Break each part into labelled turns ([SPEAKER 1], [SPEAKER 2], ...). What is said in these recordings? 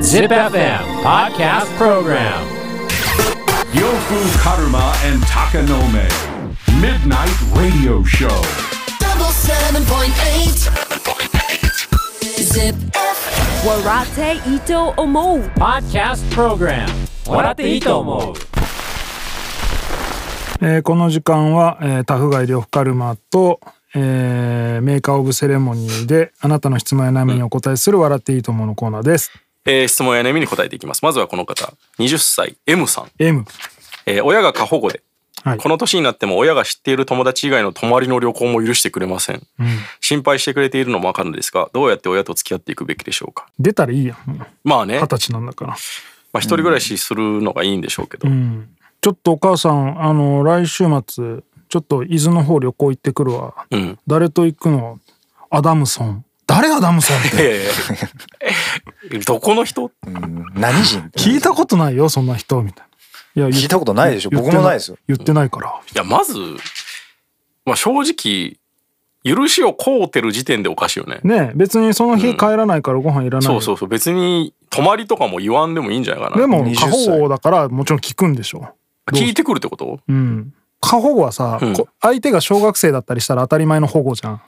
[SPEAKER 1] Zip FM Podcast Program
[SPEAKER 2] Yofu Karuma and Takanome. Midnight Radio Show.
[SPEAKER 3] double seven point eight. Zip.
[SPEAKER 4] Warate Ito Omo.
[SPEAKER 1] Podcast Program 笑っていいと思う
[SPEAKER 5] えーこの時間は、えータフガイ・リョフカルマと、えーメーカー・オブ・セレモニーであなたの質問や悩みにお答えする「笑っていいと思う」のコーナーです。
[SPEAKER 6] えー質問や悩みに答えていきます。まずはこの方、20歳 M さん。
[SPEAKER 5] M
[SPEAKER 6] えー親が過保護で、
[SPEAKER 5] はい
[SPEAKER 6] この年になっても親が知っている友達以外の泊まりの旅行も許してくれません。心配してくれているのもわかるんですが、どうやって親と付き合っていくべきでしょうか。
[SPEAKER 5] 出たらいいやんもう
[SPEAKER 6] まあね、
[SPEAKER 5] 二
[SPEAKER 6] ま
[SPEAKER 5] 十歳なんだから。
[SPEAKER 6] あ一人暮らしするのがいいんでしょうけど、
[SPEAKER 5] ちょっとお母さんあの来週末ちょっと伊豆の方旅行行ってくるわ。
[SPEAKER 6] ん
[SPEAKER 5] 誰と行くのアダムソン。誰アダムソンっ
[SPEAKER 6] い
[SPEAKER 5] て
[SPEAKER 6] やいやいやどこの人
[SPEAKER 7] 何 人って
[SPEAKER 5] 聞いたことないよそんな人みたいな。いや言っ
[SPEAKER 7] 聞いたことないでしょ
[SPEAKER 5] 言って
[SPEAKER 7] 僕もないですよ。
[SPEAKER 5] 言ってないから。
[SPEAKER 6] いや、まず、まあ正直、許しを請うてる時点でおかしいよね。
[SPEAKER 5] ねえ別にその日帰らないからご飯いらない。
[SPEAKER 6] そうそうそう、別に泊まりとかも言わんでもいいんじゃないかな。
[SPEAKER 5] でも
[SPEAKER 7] 20
[SPEAKER 5] 過保護だからもちろん聞くんでしょ。
[SPEAKER 6] 聞いてくるってこと
[SPEAKER 5] うん。過保護はさ、
[SPEAKER 6] うん
[SPEAKER 5] こ相手が小学生だったりしたら当たり前の保護じゃん。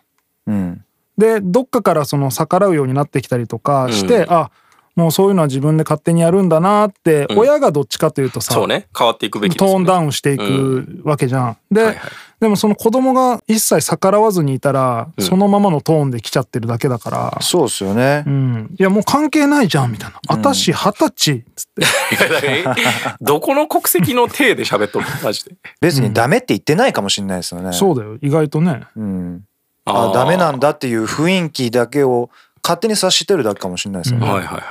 [SPEAKER 7] うん。
[SPEAKER 5] でどっかからその逆らうようになってきたりとかして、あもうそういうのは自分で勝手にやるんだなって、親がどっちかというとさ、
[SPEAKER 6] そうね、変わっていくべき
[SPEAKER 5] ト
[SPEAKER 6] ですよ
[SPEAKER 5] ーン
[SPEAKER 6] ね。
[SPEAKER 5] ダウンしていくわけじゃん。で、
[SPEAKER 6] いはい
[SPEAKER 5] でもその子供が一切逆らわずにいたら、そのままのトーンで来ちゃってるだけだから。
[SPEAKER 7] そうですよね
[SPEAKER 5] う。ん、いやもう関係ないじゃんみたいな「私二十歳」っつって
[SPEAKER 6] え どこの国籍の体で喋っとるのマジで。
[SPEAKER 7] 別にダメって言ってないかもしれないですよね。
[SPEAKER 5] そうだよ意外とね
[SPEAKER 7] うん。
[SPEAKER 6] あ
[SPEAKER 7] あ
[SPEAKER 6] ー
[SPEAKER 7] ダメなんだっていう雰囲気だけを勝手に察してるだけかもしれないですよね。
[SPEAKER 6] はいはいはい。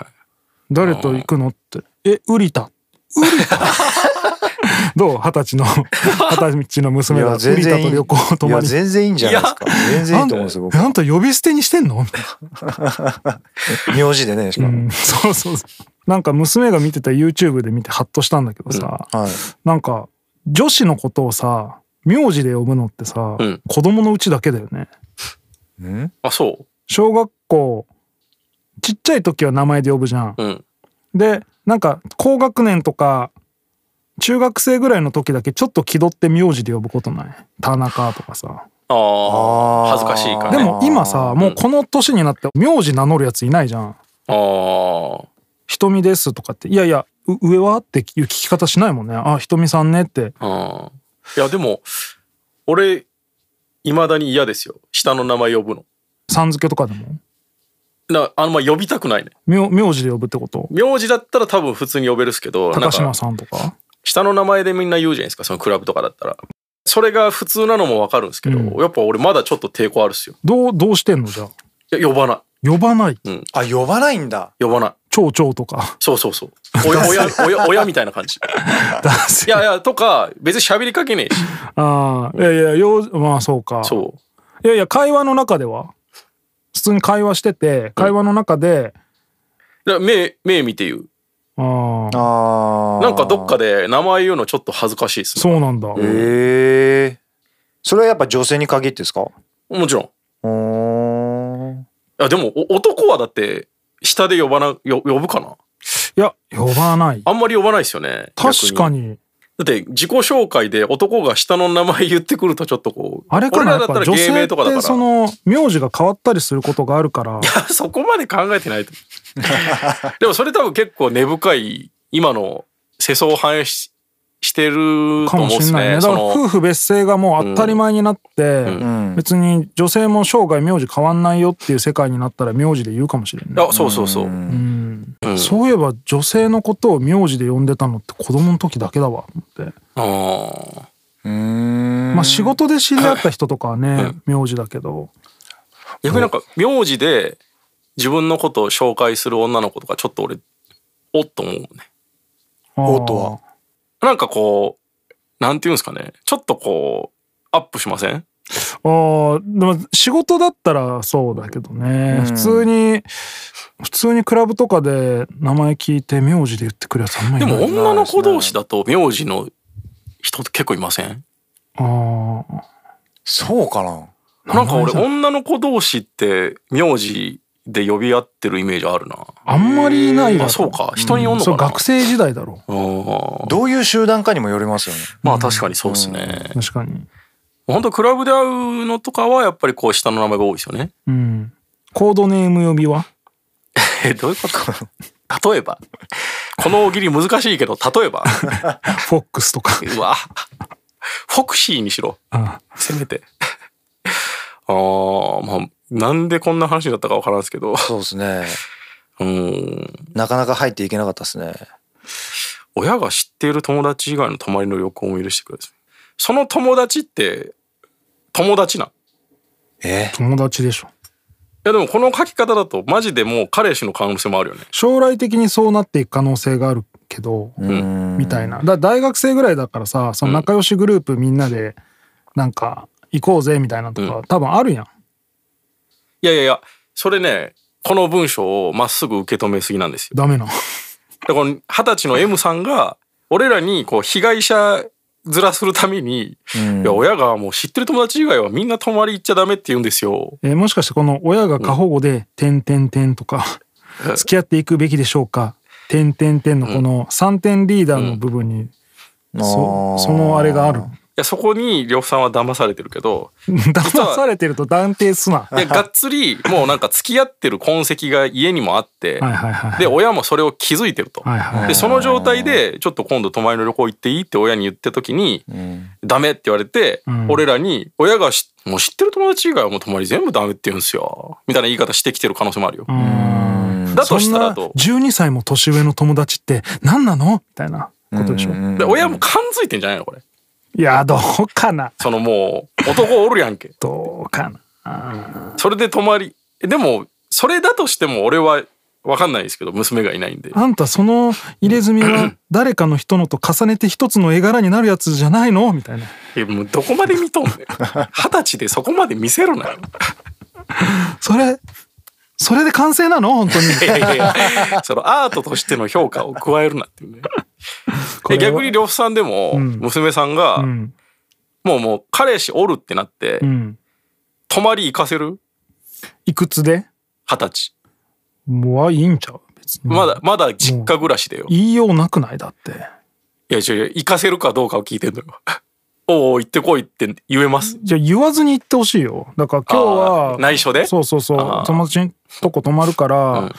[SPEAKER 5] 誰と行くのって「えウリタ」ウリ タどう二十歳の二十歳の
[SPEAKER 7] い
[SPEAKER 5] 娘が
[SPEAKER 7] や
[SPEAKER 5] ウリ
[SPEAKER 7] 全
[SPEAKER 5] タ
[SPEAKER 7] 然いい。
[SPEAKER 5] と旅行を泊
[SPEAKER 7] い
[SPEAKER 5] ま
[SPEAKER 7] や
[SPEAKER 5] り
[SPEAKER 7] 全然いいんじゃないですか。全然いいと思うんですよ僕
[SPEAKER 5] あ。んた呼び捨てにしてんのみたい
[SPEAKER 7] 名字でねしか
[SPEAKER 5] な、
[SPEAKER 7] も。
[SPEAKER 5] そうそうそうなんか娘が見てた YouTube で見てハッとしたんだけどさ、
[SPEAKER 7] はい。
[SPEAKER 5] なんか女子のことをさ名字で呼ぶのってさ、
[SPEAKER 6] うん
[SPEAKER 5] 子供のうちだけだよね
[SPEAKER 6] あ、そ
[SPEAKER 5] 小学校ちっちゃい時は名前で呼ぶじゃん
[SPEAKER 6] う。うん。
[SPEAKER 5] でなんか高学年とか中学生ぐらいの時だけちょっと気取って名字で呼ぶことない田中とかさ
[SPEAKER 6] ああ、
[SPEAKER 7] あー
[SPEAKER 6] 恥ずかしいから
[SPEAKER 5] で
[SPEAKER 6] ね。
[SPEAKER 5] も今さもうこの年になって名字名乗るやついないじゃん
[SPEAKER 6] あ
[SPEAKER 5] 瞳ですとかって、いやいや、う上はっていう聞き方しないもんね。あ、瞳さんねって。
[SPEAKER 6] あ。うん。いや、でも、俺、いまだに嫌ですよ。下の名前呼ぶの。
[SPEAKER 5] さん付けとかでも。
[SPEAKER 6] なあんま呼びたくないね。
[SPEAKER 5] 名名字で呼ぶってこと。
[SPEAKER 6] 名字だったら多分普通に呼べるっすけど、なん
[SPEAKER 5] 高
[SPEAKER 6] か
[SPEAKER 5] 島、さんとか。
[SPEAKER 6] 下の名前でみんな言うじゃないですか、そのクラブとかだったら。それが普通なのもわかるんですけど、やっぱ俺まだちょっと抵抗あるっすよ。
[SPEAKER 5] どう、どうしてんのじゃあ。
[SPEAKER 6] いや、呼ばな
[SPEAKER 5] 呼ばない。
[SPEAKER 7] あ呼ばないんだ。
[SPEAKER 6] い。呼ばない。
[SPEAKER 5] 蝶々とか。
[SPEAKER 6] そうそうそう。親、親、親、親みたいな感じ。いやいや、とか、別に喋りかけねえし。
[SPEAKER 5] ああ、いやいや、よう、まあそうか。
[SPEAKER 6] そう。
[SPEAKER 5] いやいや、会話の中では。普通に会話してて、会話の中で、
[SPEAKER 6] だから目、目見て言う。
[SPEAKER 5] ああ、
[SPEAKER 7] ああ。
[SPEAKER 6] なんかどっかで名前言うのちょっと恥ずかしいっすね。
[SPEAKER 5] そうなんだ。
[SPEAKER 7] へえ。それはやっぱ女性に限ってですか。
[SPEAKER 6] もちろん。いう
[SPEAKER 7] ーん。
[SPEAKER 6] や、でも、お男はだって、下で呼ばな、よ呼ぶかない
[SPEAKER 5] や、呼ばない。
[SPEAKER 6] あんまり呼ばないですよね。
[SPEAKER 5] 確か
[SPEAKER 6] に。
[SPEAKER 5] に。
[SPEAKER 6] だって、自己紹介で男が下の名前言ってくるとちょっとこう。
[SPEAKER 5] あれかな、
[SPEAKER 6] 俺
[SPEAKER 5] や
[SPEAKER 6] ら
[SPEAKER 5] っ
[SPEAKER 6] だった
[SPEAKER 5] ぱ
[SPEAKER 6] ら
[SPEAKER 5] 女
[SPEAKER 6] 芸
[SPEAKER 5] 性
[SPEAKER 6] 名
[SPEAKER 5] っ
[SPEAKER 6] とかだか
[SPEAKER 5] て
[SPEAKER 6] ら。
[SPEAKER 5] その名字が変わったりすることがある から。
[SPEAKER 6] そこまで考えてないと。でもそれ多分結構根深い今の世相を反映ししてると
[SPEAKER 5] かも
[SPEAKER 6] 思うんで
[SPEAKER 5] しれ
[SPEAKER 6] す
[SPEAKER 5] ないね
[SPEAKER 6] ね。
[SPEAKER 5] だ
[SPEAKER 6] そ
[SPEAKER 5] から
[SPEAKER 6] の
[SPEAKER 5] 夫婦別姓がもう当たり前になって、
[SPEAKER 7] ん
[SPEAKER 5] 別に女性も生涯名字変わんないよっていう世界になったら名字で言うかもしれない、
[SPEAKER 6] あそうそうそう。
[SPEAKER 5] うんそういえば女性のことを名字で呼んでたのって子供の時だけだわと思って、
[SPEAKER 6] あー
[SPEAKER 5] まあ仕事で知り合った人とかはね、名字だけど
[SPEAKER 6] 逆になんか名字で自分のことを紹介する女の子とかちょっと俺おっと思うね。
[SPEAKER 5] お
[SPEAKER 7] とは
[SPEAKER 6] なんかこうなんていうんですかねちょっとこうアップしません
[SPEAKER 5] あーでも仕事だったらそうだけどね、普通に普通にクラブとかで名前聞いて名字で言ってくるやつあんまり
[SPEAKER 6] で
[SPEAKER 5] いない
[SPEAKER 6] も女の子同士だと名字の人って結構いません
[SPEAKER 5] あー
[SPEAKER 7] そうかな。
[SPEAKER 6] なんか俺女の子同士って名字で呼び合ってるイメージあるな。
[SPEAKER 5] あんまりいないだろ
[SPEAKER 6] あそうか人によんのかな
[SPEAKER 5] そう学生時代だろ
[SPEAKER 6] あー
[SPEAKER 7] どういう集団かにもよりますよね。
[SPEAKER 6] まあ確かにそうですね。
[SPEAKER 5] う確かに
[SPEAKER 6] 本当クラブで会うのとかはやっぱりこう下の名前が多いですよね。
[SPEAKER 5] うんコードネーム呼びは
[SPEAKER 6] え どういうこと 例えばこの大喜利難しいけど例え ば
[SPEAKER 5] フォックスとか
[SPEAKER 6] うわフォクシーにしろ
[SPEAKER 5] あ
[SPEAKER 6] せめ て。ああまあなんでこんな話になったかわからんですけど
[SPEAKER 7] そうですね。
[SPEAKER 6] うん
[SPEAKER 7] なかなか入っていけなかったですね。
[SPEAKER 6] 親が知っている友達以外の泊まりの旅行も許してくれるその友達って友達なんい
[SPEAKER 7] え
[SPEAKER 5] 友達でしょ
[SPEAKER 6] やでもこの書き方だとマジでもう彼氏の可能性もあるよね。
[SPEAKER 5] 将来的にそうなっていく可能性があるけど、みたいなだ大学生ぐらいだからさその仲良しグループみんなでなんか行こうぜみたいなとか、多分あるやん
[SPEAKER 6] いやいやいや、それね、この文章をまっすぐ受け止めすぎなんですよ。
[SPEAKER 5] ダメな
[SPEAKER 6] だからこの二十歳の M さんが、俺らにこう被害者ずらするために、いや、親がもう知ってる友達以外はみんな泊まり行っちゃダメって言うんですよ。
[SPEAKER 5] えーもしかしてこの親が過保護で「てんてんてん」とか「付き合っていくべきでしょうか」「てんてんてん」のこの3点リーダーの部分に、そそのあれがある
[SPEAKER 6] いや、そこに呂布さんは騙されてるけど、
[SPEAKER 5] 騙されてると断定すな
[SPEAKER 6] で、がっつりもうなんか付き合ってる痕跡が家にもあって、
[SPEAKER 5] はいはいはい
[SPEAKER 6] で、親もそれを気づいてると。
[SPEAKER 5] はいはい
[SPEAKER 6] でその状態でちょっと今度泊まりの旅行行っていいって親に言った時に「ダメ」って言われて、俺らに親がしもう知ってる友達以外はもう泊まり全部ダメって言うんですよみたいな言い方してきてる可能性もあるよ。だと
[SPEAKER 5] そ
[SPEAKER 6] し
[SPEAKER 5] ん
[SPEAKER 6] たら
[SPEAKER 5] な
[SPEAKER 6] と
[SPEAKER 5] 12歳も年上の友達って何なのみたいなことでしょ、
[SPEAKER 6] で親も感づいてんじゃないのこれ
[SPEAKER 5] いやどうかな
[SPEAKER 6] そのもう男おるやんけ
[SPEAKER 5] どうかな
[SPEAKER 6] それで泊まりでもそれだとしても俺は分かんないですけど娘がいないんで
[SPEAKER 5] あんたその入れ墨 は誰かの人のと重ねて一つの絵柄になるやつじゃないのみたいな
[SPEAKER 6] えもうどこまで見と んねん二十歳でそこまで見せろなよ。
[SPEAKER 5] それそれで完成なの本当 に
[SPEAKER 6] いやいやいやそのアートとしての評価を加えるなっていうね。
[SPEAKER 5] こ
[SPEAKER 6] え
[SPEAKER 5] れは
[SPEAKER 6] 逆に呂布さんでも
[SPEAKER 5] ん
[SPEAKER 6] 娘さんが、
[SPEAKER 5] うん
[SPEAKER 6] もうもう彼氏おるってなって、
[SPEAKER 5] うん
[SPEAKER 6] 泊まり行かせる
[SPEAKER 5] いくつで
[SPEAKER 6] 二十歳
[SPEAKER 5] もういいんちゃう別に
[SPEAKER 6] まだまだ実家暮らしでよ、い
[SPEAKER 5] 言いようなくないだって
[SPEAKER 6] やいやいや行かせるかどうかを聞いてんのよおうおう行ってこいって言えます
[SPEAKER 5] じゃあ言わずに言ってほしいよだから今日
[SPEAKER 6] あ
[SPEAKER 5] は
[SPEAKER 6] ー内緒で
[SPEAKER 5] そうそうそ
[SPEAKER 6] あー
[SPEAKER 5] う友達んとこ泊まるから、
[SPEAKER 6] うん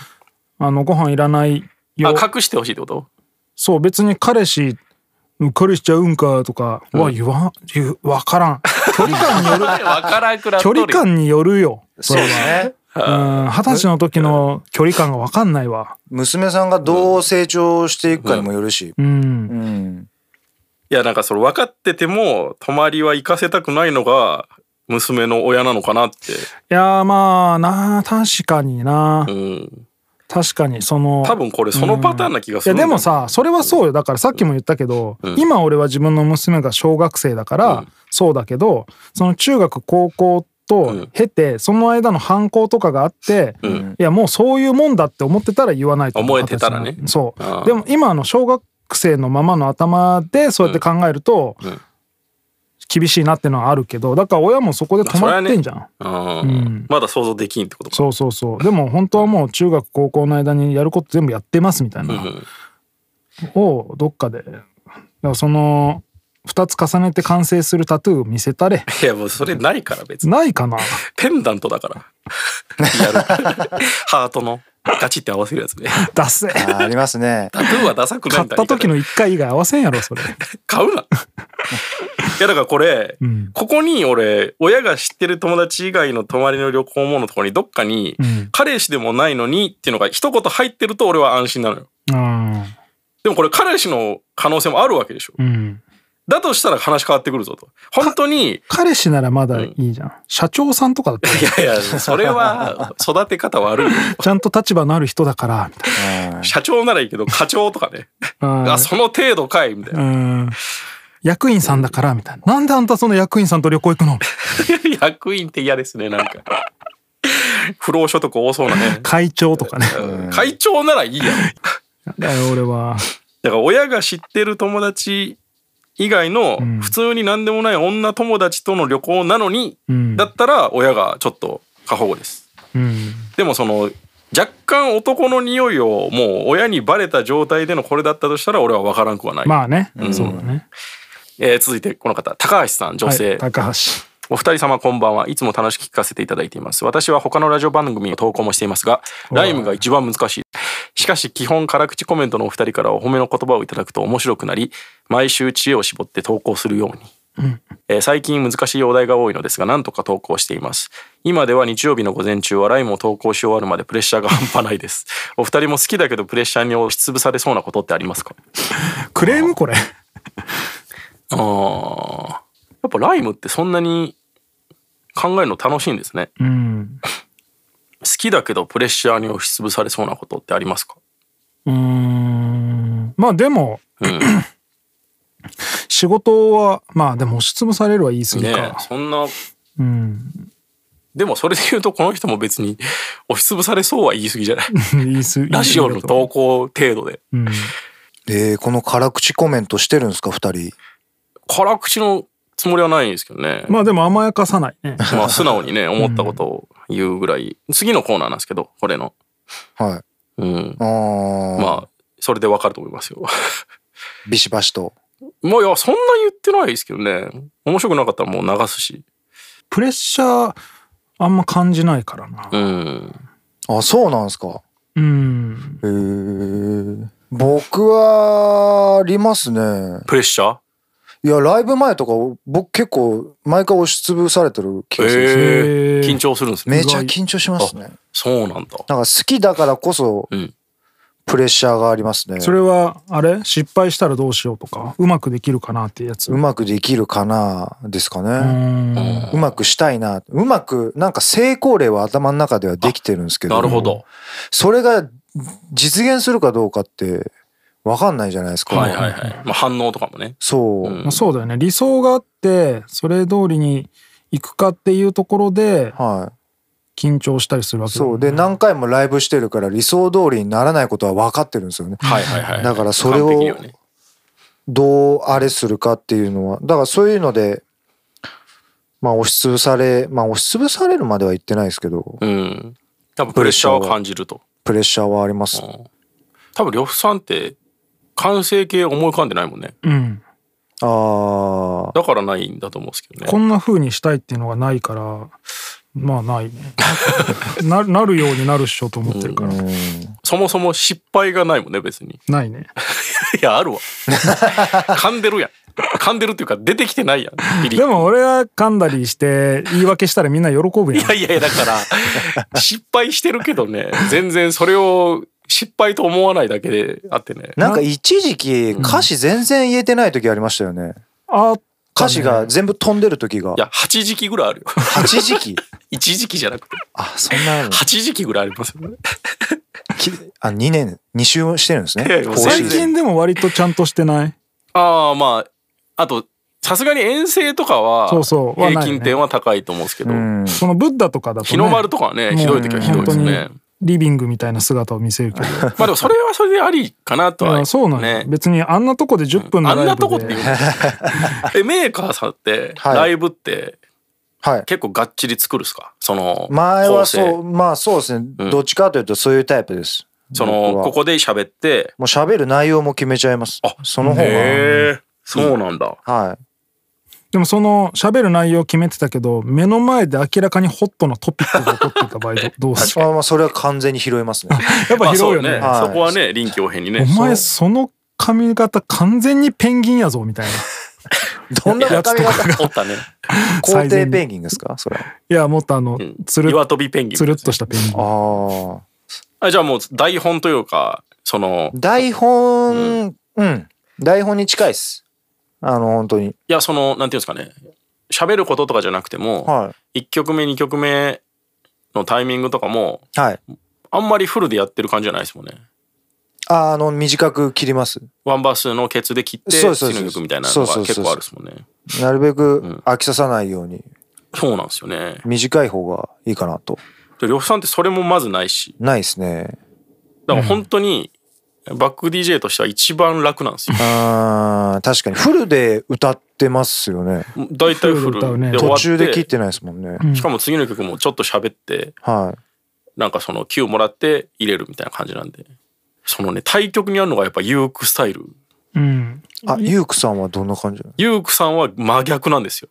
[SPEAKER 5] あのご飯いらない
[SPEAKER 6] あ
[SPEAKER 5] よ
[SPEAKER 6] 隠してほしいってこと
[SPEAKER 5] そう別に彼氏彼氏ちゃうんかとかは言わん、言うわからん距離 感による
[SPEAKER 6] 分からんくら
[SPEAKER 5] 距離感によるよ
[SPEAKER 7] そうですね。
[SPEAKER 5] うん二十歳の時の距離感が分かんないわ
[SPEAKER 7] 娘さんがどう成長していくかにもよるし。
[SPEAKER 5] うん
[SPEAKER 7] うん。
[SPEAKER 6] いやなんかそれ分かってても泊まりは行かせたくないのが娘の親なのかなって
[SPEAKER 5] いやーまあなあ確かにな
[SPEAKER 6] うん
[SPEAKER 5] 確かにその
[SPEAKER 6] 多分これそのパターンな気が
[SPEAKER 5] い
[SPEAKER 6] す
[SPEAKER 5] や
[SPEAKER 6] るんだ
[SPEAKER 5] で
[SPEAKER 6] よね
[SPEAKER 5] もさそれはそうよだからさっきも言ったけど、
[SPEAKER 6] ん
[SPEAKER 5] 今俺は自分の娘が小学生だから、
[SPEAKER 6] うん
[SPEAKER 5] そうだけどその中学高校
[SPEAKER 6] うん
[SPEAKER 5] と経て、その間の反抗とかがあって、
[SPEAKER 6] ん
[SPEAKER 5] いやもうそういうもんだって思ってたら言わないと
[SPEAKER 6] 思えてたら
[SPEAKER 5] 形
[SPEAKER 6] ね
[SPEAKER 5] になるそう
[SPEAKER 6] ああ
[SPEAKER 5] でも今の小学生のままの頭でそうやって考えると、
[SPEAKER 6] うんうん
[SPEAKER 5] 厳しいなってのはあるけどだから親もそこで止まってんじゃん、
[SPEAKER 6] うんまだ想像できんってことか
[SPEAKER 5] そうそうそうでも本当はもう中学高校の間にやること全部やってますみたいな、
[SPEAKER 6] ん
[SPEAKER 5] をどっかでだからその2つ重ねて完成するタトゥーを見せた れ
[SPEAKER 6] いやもうそれないから別に
[SPEAKER 5] ないかな
[SPEAKER 6] ペンダントだからリ アルハートのガチって合わせるやつね
[SPEAKER 5] ダッセ
[SPEAKER 7] あーありますね。
[SPEAKER 6] タトゥーはダサくない
[SPEAKER 5] 買
[SPEAKER 6] ん
[SPEAKER 5] っ
[SPEAKER 6] だ
[SPEAKER 5] た時の
[SPEAKER 6] 言い
[SPEAKER 5] 1回以外合わせんやろそれ
[SPEAKER 6] 方 買うないやだからこれ、
[SPEAKER 5] うん
[SPEAKER 6] ここに俺親が知ってる友達以外の泊まりの旅行ものところにどっかに、
[SPEAKER 5] ん
[SPEAKER 6] 彼氏でもないのにっていうのが一言入ってると俺は安心なのよ
[SPEAKER 5] うん
[SPEAKER 6] でもこれ彼氏の可能性もあるわけでしょ
[SPEAKER 5] うん
[SPEAKER 6] だとしたら話変わってくるぞと本当に
[SPEAKER 5] 彼氏ならまだいいじゃん、社長さんとかだったら
[SPEAKER 6] いやいやそれは育て方悪いよ
[SPEAKER 5] ちゃんと立場のある人だからみたい
[SPEAKER 6] 社長ならいいけど課長とかね
[SPEAKER 5] な
[SPEAKER 6] あその程度かいみたいな
[SPEAKER 5] うん役員さんだからみたいななんであんたその役員さんと旅行行 くの
[SPEAKER 6] 役員って嫌ですねなんか不労所得多そうなね
[SPEAKER 5] 会長とか ね
[SPEAKER 6] 会長ならいいやん
[SPEAKER 5] だから俺は
[SPEAKER 6] だから親が知ってる友達以外の
[SPEAKER 5] ん
[SPEAKER 6] 普通に何でもない女友達との旅行なのに、
[SPEAKER 5] ん
[SPEAKER 6] だったら親がちょっと過保護です
[SPEAKER 5] うん
[SPEAKER 6] でもその若干男の匂いをもう親にバレた状態でのこれだったとしたら俺は分からんくはない、
[SPEAKER 5] まあね、そうだね。
[SPEAKER 6] えー続いてこの方高橋さん女性、
[SPEAKER 5] はい、高橋。
[SPEAKER 6] お二人様こんばんはいつも楽しく聞かせていただいています私は他のラジオ番組の投稿もしていますがライムが一番難しいしかし基本辛口コメントのお二人からお褒めの言葉をいただくと面白くなり毎週知恵を絞って投稿するようにえー最近難しいお題が多いのですが何とか投稿しています今では日曜日の午前中はライムを投稿し終わるまでプレッシャーが半端ないですお二人も好きだけどプレッシャーに押しつぶされそうなことってありますか
[SPEAKER 5] クレームこれ。
[SPEAKER 6] あーやっぱライムってそんなに考えるの楽しいんですね
[SPEAKER 5] うん。
[SPEAKER 6] 好きだけどプレッシャーに押しつぶされそうなことってありますか
[SPEAKER 5] うーん。まあでも、
[SPEAKER 6] うん、
[SPEAKER 5] 仕事は、まあでも押しつぶされるは言い過ぎ
[SPEAKER 6] ね
[SPEAKER 5] か。
[SPEAKER 6] えそんな
[SPEAKER 5] うん。
[SPEAKER 6] でもそれで言うとこの人も別に 押しつぶされそうは言い過ぎじ ゃない
[SPEAKER 5] 言い過ぎ。
[SPEAKER 6] ラジオの投稿程度で
[SPEAKER 5] うん。
[SPEAKER 7] えー、この辛口コメントしてるんですか二人
[SPEAKER 6] 辛口のつもりはないんですけどね
[SPEAKER 5] まあでも甘やかさないね。
[SPEAKER 6] まあ素 直にね思ったことを言うぐらい次のコーナーなんですけどこれの、
[SPEAKER 7] はい
[SPEAKER 6] うん、
[SPEAKER 7] あー、
[SPEAKER 6] まあそれでわかると思いますよ
[SPEAKER 7] ビシバシと
[SPEAKER 6] まあいやそんな言ってないですけどね面白くなかったらもう流すし
[SPEAKER 5] プレッシャー、あんま感じないからな。
[SPEAKER 6] うん
[SPEAKER 7] あそうなんですか
[SPEAKER 5] うん。
[SPEAKER 7] へー僕はありますね
[SPEAKER 6] プレッシャー
[SPEAKER 7] いやライブ前とか僕結構毎回押しつぶされてる気がするんですよ、
[SPEAKER 6] え
[SPEAKER 5] へー
[SPEAKER 6] 緊張するんですね
[SPEAKER 7] めちゃ緊張しますね
[SPEAKER 6] そうなんだ
[SPEAKER 7] なんか好きだからこそ
[SPEAKER 6] うん
[SPEAKER 7] プレッシャーがありますね、
[SPEAKER 5] それは、あれ失敗したらどうしようとか、うまくできるかなってやつ。
[SPEAKER 7] うまくできるかなですか
[SPEAKER 5] う
[SPEAKER 7] ね、
[SPEAKER 5] ん。
[SPEAKER 7] うまくしたいなうまくなんか成功例は頭の中ではできてるんですけど
[SPEAKER 6] なるほど、
[SPEAKER 7] それが実現するかどうかって分かんないじゃないですか、
[SPEAKER 6] はいはいはい、まあ、反応とかもね
[SPEAKER 7] そう、
[SPEAKER 6] うん
[SPEAKER 5] まあそうだよね。理想があって、それ通りに行くかっていうところで、
[SPEAKER 7] は
[SPEAKER 5] 緊張したりするわ
[SPEAKER 7] い
[SPEAKER 5] けだ
[SPEAKER 7] そ
[SPEAKER 5] も
[SPEAKER 7] うん
[SPEAKER 5] ね
[SPEAKER 7] で何回もライブしてるから理想通りにならないことは分かってるんですよね
[SPEAKER 6] はいはいはい
[SPEAKER 7] だからそれを
[SPEAKER 6] 完璧よね
[SPEAKER 7] どうあれするかっていうのはだからそういうのでまあ押しつぶされまあ押しつぶされるまでは言ってないですけど
[SPEAKER 6] うん多分プレッシャーを感じると
[SPEAKER 7] プレッシャーはあります
[SPEAKER 6] 多分呂布さんって完成形思い浮かんでないもんね
[SPEAKER 5] うん。
[SPEAKER 7] あー
[SPEAKER 6] だからないんだと思うんですけどね
[SPEAKER 5] こんな風にしたいっていうのがないから、まあないね。 ななるようになるっしょと思ってるから。
[SPEAKER 6] そもそも失敗がないもんね別に
[SPEAKER 5] ないね。
[SPEAKER 6] いやあ るわ噛んでるやん噛んでるっていうか出てきてないやんビリ
[SPEAKER 5] でも俺が噛んだりして言い訳したらみんな喜ぶ
[SPEAKER 6] い
[SPEAKER 5] やん
[SPEAKER 6] や。いやいやだから失敗してるけどね全然それを失敗と思わないだけであってね
[SPEAKER 7] なんか一時期歌詞全然言えてない時ありましたよね。
[SPEAKER 5] あ、
[SPEAKER 7] 歌詞が全部飛んでる時が
[SPEAKER 6] い。や8時期ぐらいあるよ
[SPEAKER 7] 八時期。
[SPEAKER 6] 一時期じゃなくて
[SPEAKER 7] あ、そんなの。
[SPEAKER 6] 8時期ぐらいありますよね
[SPEAKER 7] きあ、二年、二周してるんですね
[SPEAKER 6] いやいや。
[SPEAKER 7] 更
[SPEAKER 5] 最
[SPEAKER 7] 新
[SPEAKER 5] 近でも割とちゃんとしてない
[SPEAKER 6] ああまああとさすがに遠征とかは
[SPEAKER 5] そうそうはない
[SPEAKER 6] 平
[SPEAKER 5] ね
[SPEAKER 6] 均点は高いと思うんですけど、
[SPEAKER 7] うん。
[SPEAKER 5] そのブッダとかだと、ね。
[SPEAKER 6] 日の丸とかはね
[SPEAKER 5] もう
[SPEAKER 6] ひどい時はひどいですね
[SPEAKER 5] 本当にリビングみたいな姿を見せるけど。
[SPEAKER 6] まあでもそれはそれでありかなと
[SPEAKER 5] い
[SPEAKER 6] は
[SPEAKER 5] やそうなんだ
[SPEAKER 6] ね
[SPEAKER 5] よ別にあんなとこで10分の
[SPEAKER 6] あ
[SPEAKER 5] ライ
[SPEAKER 6] ん
[SPEAKER 5] ブで
[SPEAKER 6] なとこっていう のえメーカーさんって
[SPEAKER 7] はい
[SPEAKER 6] ライブって
[SPEAKER 7] はい。
[SPEAKER 6] 結構がっちり作るっすかその
[SPEAKER 7] 前はそ
[SPEAKER 6] 構
[SPEAKER 7] う、まあそうですね。
[SPEAKER 6] ん
[SPEAKER 7] どっちかというとそういうタイプです。
[SPEAKER 6] 成そ
[SPEAKER 7] 僕
[SPEAKER 6] の
[SPEAKER 7] は
[SPEAKER 6] ここで喋って
[SPEAKER 7] もう喋る内容も決めちゃいます。
[SPEAKER 6] あ
[SPEAKER 7] その方が。
[SPEAKER 6] へえそうなんだ
[SPEAKER 7] はい。
[SPEAKER 5] でもその喋る内容を決めてたけど目の前で明らかにホットなトピックが起こってた場合ど どうする
[SPEAKER 7] あまあそれは完全に拾 えますね。
[SPEAKER 5] やっぱ広いよね,、
[SPEAKER 6] まあそう
[SPEAKER 7] はい
[SPEAKER 6] そこはね臨機応変にね
[SPEAKER 5] お前その髪型完全にペンギンやぞみ たいな
[SPEAKER 7] どんな髪型
[SPEAKER 6] おったね
[SPEAKER 7] 皇帝ペンギンですかそれは。
[SPEAKER 5] いやもっとあの、
[SPEAKER 6] うん
[SPEAKER 5] つる
[SPEAKER 6] 岩飛びペンギン
[SPEAKER 5] つるっとしたペンギン
[SPEAKER 7] ああ。
[SPEAKER 6] あじゃあもう台本というかその
[SPEAKER 7] 台本、うん。台本に近いっす。あの、本当に。
[SPEAKER 6] いやそのなんていうんですかね喋ることとかじゃなくても、
[SPEAKER 7] は
[SPEAKER 6] 一1曲目2曲目のタイミングとかも
[SPEAKER 7] い。はい。
[SPEAKER 6] あんまりフルでやってる感じじゃないですもんね
[SPEAKER 7] ああの短く切ります
[SPEAKER 6] ワンバースのケツで切って
[SPEAKER 7] そう
[SPEAKER 6] 次
[SPEAKER 7] ですそ
[SPEAKER 6] の曲
[SPEAKER 7] うです
[SPEAKER 6] みたいなのが
[SPEAKER 7] そうそうそう
[SPEAKER 6] 結
[SPEAKER 7] そう
[SPEAKER 6] 構あるですもんね
[SPEAKER 7] なるべ
[SPEAKER 6] ん
[SPEAKER 7] く飽きささないように
[SPEAKER 6] そうなんですよね
[SPEAKER 7] 短い方がいいかなと
[SPEAKER 6] で呂布さんってそれもまずないし
[SPEAKER 7] ないですね
[SPEAKER 6] だから本当にバック DJ としては一番楽なんですよ
[SPEAKER 7] あー確かにフルで歌ってますよね
[SPEAKER 6] 大体フルで終わって
[SPEAKER 7] 途中で切ってないですもんね、
[SPEAKER 6] しかも次の曲もちょっと喋って
[SPEAKER 7] は
[SPEAKER 6] なんかその Q もらって入れるみたいな感じなんで。そのね、対局にあるのがやっぱユークスタイル。
[SPEAKER 5] うん。
[SPEAKER 7] あ、ユークさんはどんな感じなの
[SPEAKER 6] ユークさんは真逆なん ですよ。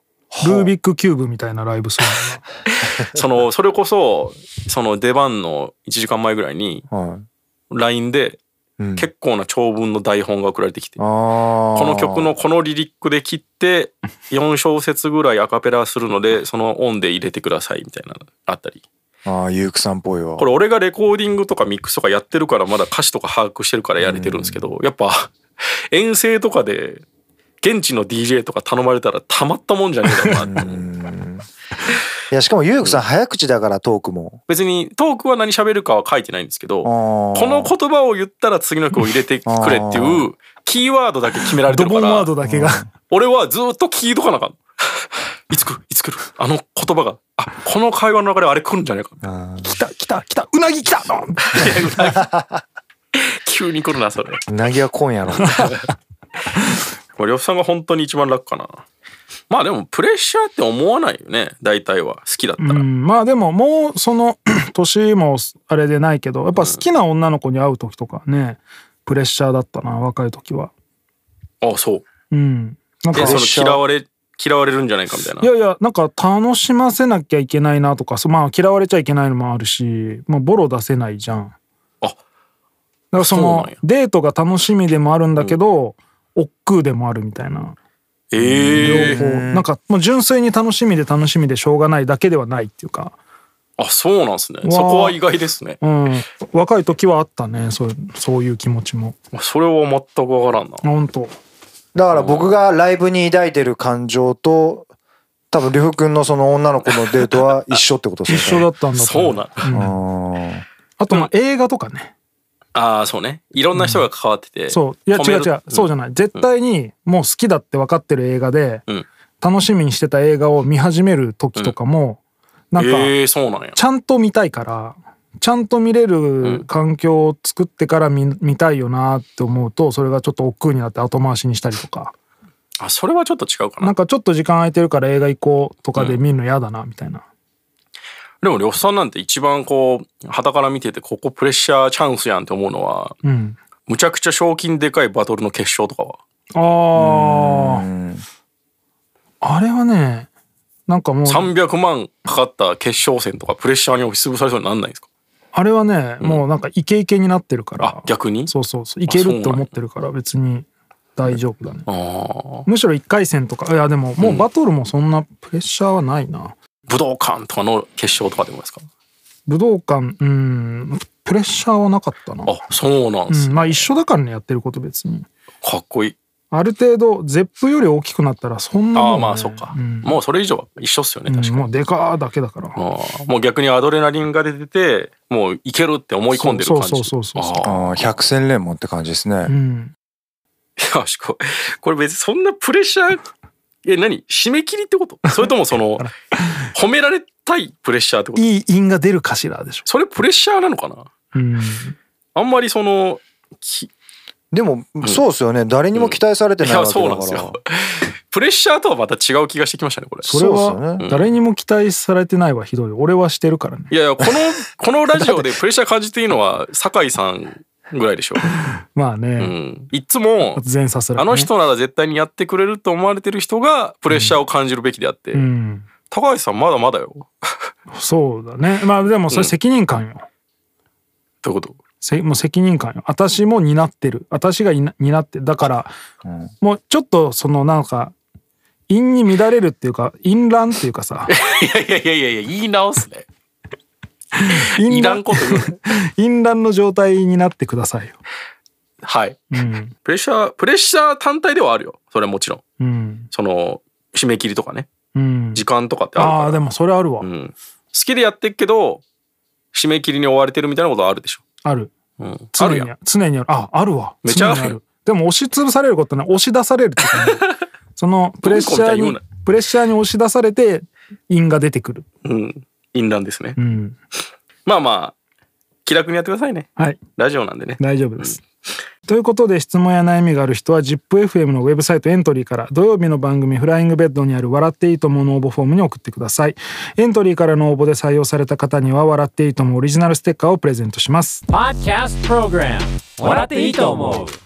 [SPEAKER 5] ルービックキューブみたいなライブソングが。
[SPEAKER 6] その、それこそ、その出番の1時間前ぐらいに、
[SPEAKER 7] はい。
[SPEAKER 6] LINE で
[SPEAKER 7] うん
[SPEAKER 6] 結構な長文の台本が送られてきて、
[SPEAKER 7] あ
[SPEAKER 6] こ
[SPEAKER 7] ー
[SPEAKER 6] の曲のこのリリックで切っ て、4小節ぐらいアカペラするので、その音で入れてくださいみたいなのあったり。
[SPEAKER 7] ああユークさんっぽいわ
[SPEAKER 6] これ俺がレコーディングとかミックスとかやってるからまだ歌詞とか把握してるからやれてるんですけど、やっぱ 遠征とかで現地の DJ とか頼まれたらたまったもんじゃねえだろうなって
[SPEAKER 7] いやしかもユークさん早口だからトークも
[SPEAKER 6] 別にトークは何喋るかは書いてないんですけど、
[SPEAKER 7] あー
[SPEAKER 6] この言葉を言ったら次の曲を入れてくれっていうキーワードだけ決められて
[SPEAKER 5] ド
[SPEAKER 6] る
[SPEAKER 5] ボ
[SPEAKER 6] か
[SPEAKER 5] ンワ
[SPEAKER 6] ら
[SPEAKER 5] ードだけが。
[SPEAKER 6] 俺はずっと聞いとかなあかん いつ来るいつ来るあの言葉があこの会話の流れあれ来るんじゃないか来た来た来たうなぎ来たいやうなぎ 急に来るなそれ
[SPEAKER 7] うなぎは 今夜の
[SPEAKER 6] これ呂布さんが本当に一番楽かなまあでもプレッシャーって思わないよね大体は好きだったら、
[SPEAKER 5] うん、まあでももうその 年もあれでないけどやっぱ好きな女の子に会う時とかねプレッシャーだったな若い時は
[SPEAKER 6] ああそう
[SPEAKER 5] うんなんか
[SPEAKER 6] でそ
[SPEAKER 7] プレッ
[SPEAKER 6] の
[SPEAKER 7] シャー
[SPEAKER 6] 嫌われ嫌われるんじゃないかみたいない
[SPEAKER 5] やいやなんか楽しませなきゃいけないなとかそうまあ嫌われちゃいけないのもあるし、まあ、ボロ出せないじゃん
[SPEAKER 6] あ
[SPEAKER 5] だからそ
[SPEAKER 6] そう
[SPEAKER 5] の
[SPEAKER 6] なんや
[SPEAKER 5] デートが楽しみでもあるんだけど、億劫でもあるみたいな
[SPEAKER 6] ええ
[SPEAKER 5] こうなんかもう純粋に楽しみで楽しみでしょうがないだけではないっていうか
[SPEAKER 6] あそうなんですね
[SPEAKER 5] わあ
[SPEAKER 6] そこは意外ですね
[SPEAKER 5] うん若い時はあったねそういうそういう気持ちも
[SPEAKER 6] まあそれは全くわからんな
[SPEAKER 5] あ本当
[SPEAKER 7] だから僕がライブに抱いてる感情と多分呂布君のその女の子のデートは一緒ってことで
[SPEAKER 5] 一
[SPEAKER 7] すよ
[SPEAKER 5] 緒
[SPEAKER 7] ね
[SPEAKER 5] だったんだと
[SPEAKER 6] そうなん
[SPEAKER 7] 緒だ
[SPEAKER 5] あとまあ映画とかね
[SPEAKER 6] ああそうねいろんな人が関わってて、
[SPEAKER 5] そういや
[SPEAKER 6] 止
[SPEAKER 5] 違
[SPEAKER 6] め
[SPEAKER 5] う
[SPEAKER 6] る
[SPEAKER 5] 違うそうじゃない絶対にもう好きだって分かってる映画で
[SPEAKER 6] うん
[SPEAKER 5] 楽しみにしてた映画を見始める時とかもなんか
[SPEAKER 6] ええそうなんや
[SPEAKER 5] ちゃんと見たいからちゃんと見れる環境を作ってから見見たいよなって思うとそれがちょっと億劫になって後回しにしたりとか
[SPEAKER 6] あそれはちょっと違うかな
[SPEAKER 5] なんかちょっと時間空いてるから映画行こうとかで見るの嫌だなみたいな
[SPEAKER 6] でも呂布さんなんて一番こう傍から見ててここプレッシャーチャンスやんって思うのは
[SPEAKER 5] うん
[SPEAKER 6] むちゃくちゃ賞金でかいバトルの決勝とかは
[SPEAKER 5] あああれはねなんかもう
[SPEAKER 6] 300万かかった決勝戦とかプレッシャーに押しつぶされそうになんないんですか
[SPEAKER 5] あれはね、もうなんかイケイケになってるか
[SPEAKER 6] あ
[SPEAKER 5] ら
[SPEAKER 6] 逆に
[SPEAKER 5] そうそうそういけるって思ってるから別に大丈夫だね
[SPEAKER 6] あー
[SPEAKER 5] むしろ1回戦とかいやでももうバトルもそんなプレッシャーはないな、
[SPEAKER 6] 武道館とかの決勝とかでもですか
[SPEAKER 5] 武道館うんプレッシャーはなかったな、
[SPEAKER 6] あそうなん
[SPEAKER 5] う
[SPEAKER 6] す、
[SPEAKER 5] ん、まあ一緒だからねやってること別に
[SPEAKER 6] かっこいい
[SPEAKER 5] ある程度ゼップより大きくなったらそんな
[SPEAKER 6] あ
[SPEAKER 5] も
[SPEAKER 6] あ
[SPEAKER 5] ん、ね、
[SPEAKER 6] まあそっか、
[SPEAKER 5] うん
[SPEAKER 6] もうそれ以上は一緒っすよね
[SPEAKER 5] うん
[SPEAKER 6] 確かに、
[SPEAKER 5] もうでかーだけだから、
[SPEAKER 6] あーもう逆にアドレナリンが出ててもういけるって思い込んでる感じ
[SPEAKER 5] そうそうそうそうそう
[SPEAKER 6] あー
[SPEAKER 7] ああ百戦錬磨って感じですね、
[SPEAKER 5] うん、
[SPEAKER 6] よしここれ別にそんなプレッシャーえ何締め切りってことそれともそ の褒められたいプレッシャーってこと
[SPEAKER 5] いい因が出るかしらでしょ、
[SPEAKER 6] それプレッシャーなのかな
[SPEAKER 5] うん、
[SPEAKER 6] あんまりそのき
[SPEAKER 7] でも、そうですよね誰にも期待されて
[SPEAKER 6] い
[SPEAKER 7] ないわ
[SPEAKER 6] や
[SPEAKER 7] けだ
[SPEAKER 6] そ
[SPEAKER 7] か
[SPEAKER 6] う
[SPEAKER 7] ら、
[SPEAKER 6] なんですよ プレッシャーとはまた違う気がしてきましたねこれ
[SPEAKER 5] それ
[SPEAKER 7] そうですよ
[SPEAKER 5] は
[SPEAKER 7] ね
[SPEAKER 5] 誰にも期待されてないはひどい俺はしてるからね
[SPEAKER 6] いやいや このこのラジオでプレッシャー感じていいのは酒井さんぐらいでしょ
[SPEAKER 5] まあね、
[SPEAKER 6] う、うん、いつも
[SPEAKER 5] 前さすら、ね、
[SPEAKER 6] あの人なら絶対にやってくれると思われてる人がプレッシャーを感じるべきであって、
[SPEAKER 5] うん
[SPEAKER 6] 高橋さんまだまだよ
[SPEAKER 5] そうだねまあでもそれ責任感よ、
[SPEAKER 6] ということ
[SPEAKER 5] せもう責任感よ私も担ってる私がいな担ってるだから、
[SPEAKER 7] ん
[SPEAKER 5] もうちょっとそのなんか陰に乱れるっていうか淫乱っていうか さ
[SPEAKER 6] いやいやいやいやいや言い直すねい
[SPEAKER 5] 淫
[SPEAKER 6] ら
[SPEAKER 5] 乱
[SPEAKER 6] んこと言うな
[SPEAKER 5] 淫乱の状態になってくださいよ
[SPEAKER 6] はい
[SPEAKER 5] うん
[SPEAKER 6] プレッシャープレッシャー単体ではあるよそれはもちろ
[SPEAKER 5] う
[SPEAKER 6] ん
[SPEAKER 5] ん
[SPEAKER 6] その締め切りとかね
[SPEAKER 5] うん
[SPEAKER 6] 時間とかってあるから
[SPEAKER 5] ああーでもそれあるわ、
[SPEAKER 6] うん、好きでやってっけど締め切りに追われてるみたいなことはあるでしょ、
[SPEAKER 5] ある
[SPEAKER 6] うん、あ
[SPEAKER 5] 常
[SPEAKER 6] る
[SPEAKER 5] に
[SPEAKER 6] や
[SPEAKER 5] あ
[SPEAKER 6] ん
[SPEAKER 5] る常にあるああるわ
[SPEAKER 6] めちゃある
[SPEAKER 5] 常にでも押し潰されることない押し出されるっていうかねそのプレッシャー
[SPEAKER 6] どういうことみたいに言う
[SPEAKER 5] に
[SPEAKER 6] な
[SPEAKER 5] プレッシャーに押し出されて陰が出てくる
[SPEAKER 6] うん淫乱ですね、
[SPEAKER 5] うん
[SPEAKER 6] まあまあ気楽にやってくださいね
[SPEAKER 5] はい
[SPEAKER 6] ラジオなんでね
[SPEAKER 5] 大丈夫ですということで質問や悩みがある人は ZIPFM のウェブサイトエントリーから土曜日の番組「フライングベッド」にある「笑っていいとも」の応募フォームに送ってくださいエントリーからの応募で採用された方には「笑っていいとも」オリジナルステッカーをプレゼントします
[SPEAKER 1] Podcast Program 笑っていいと思う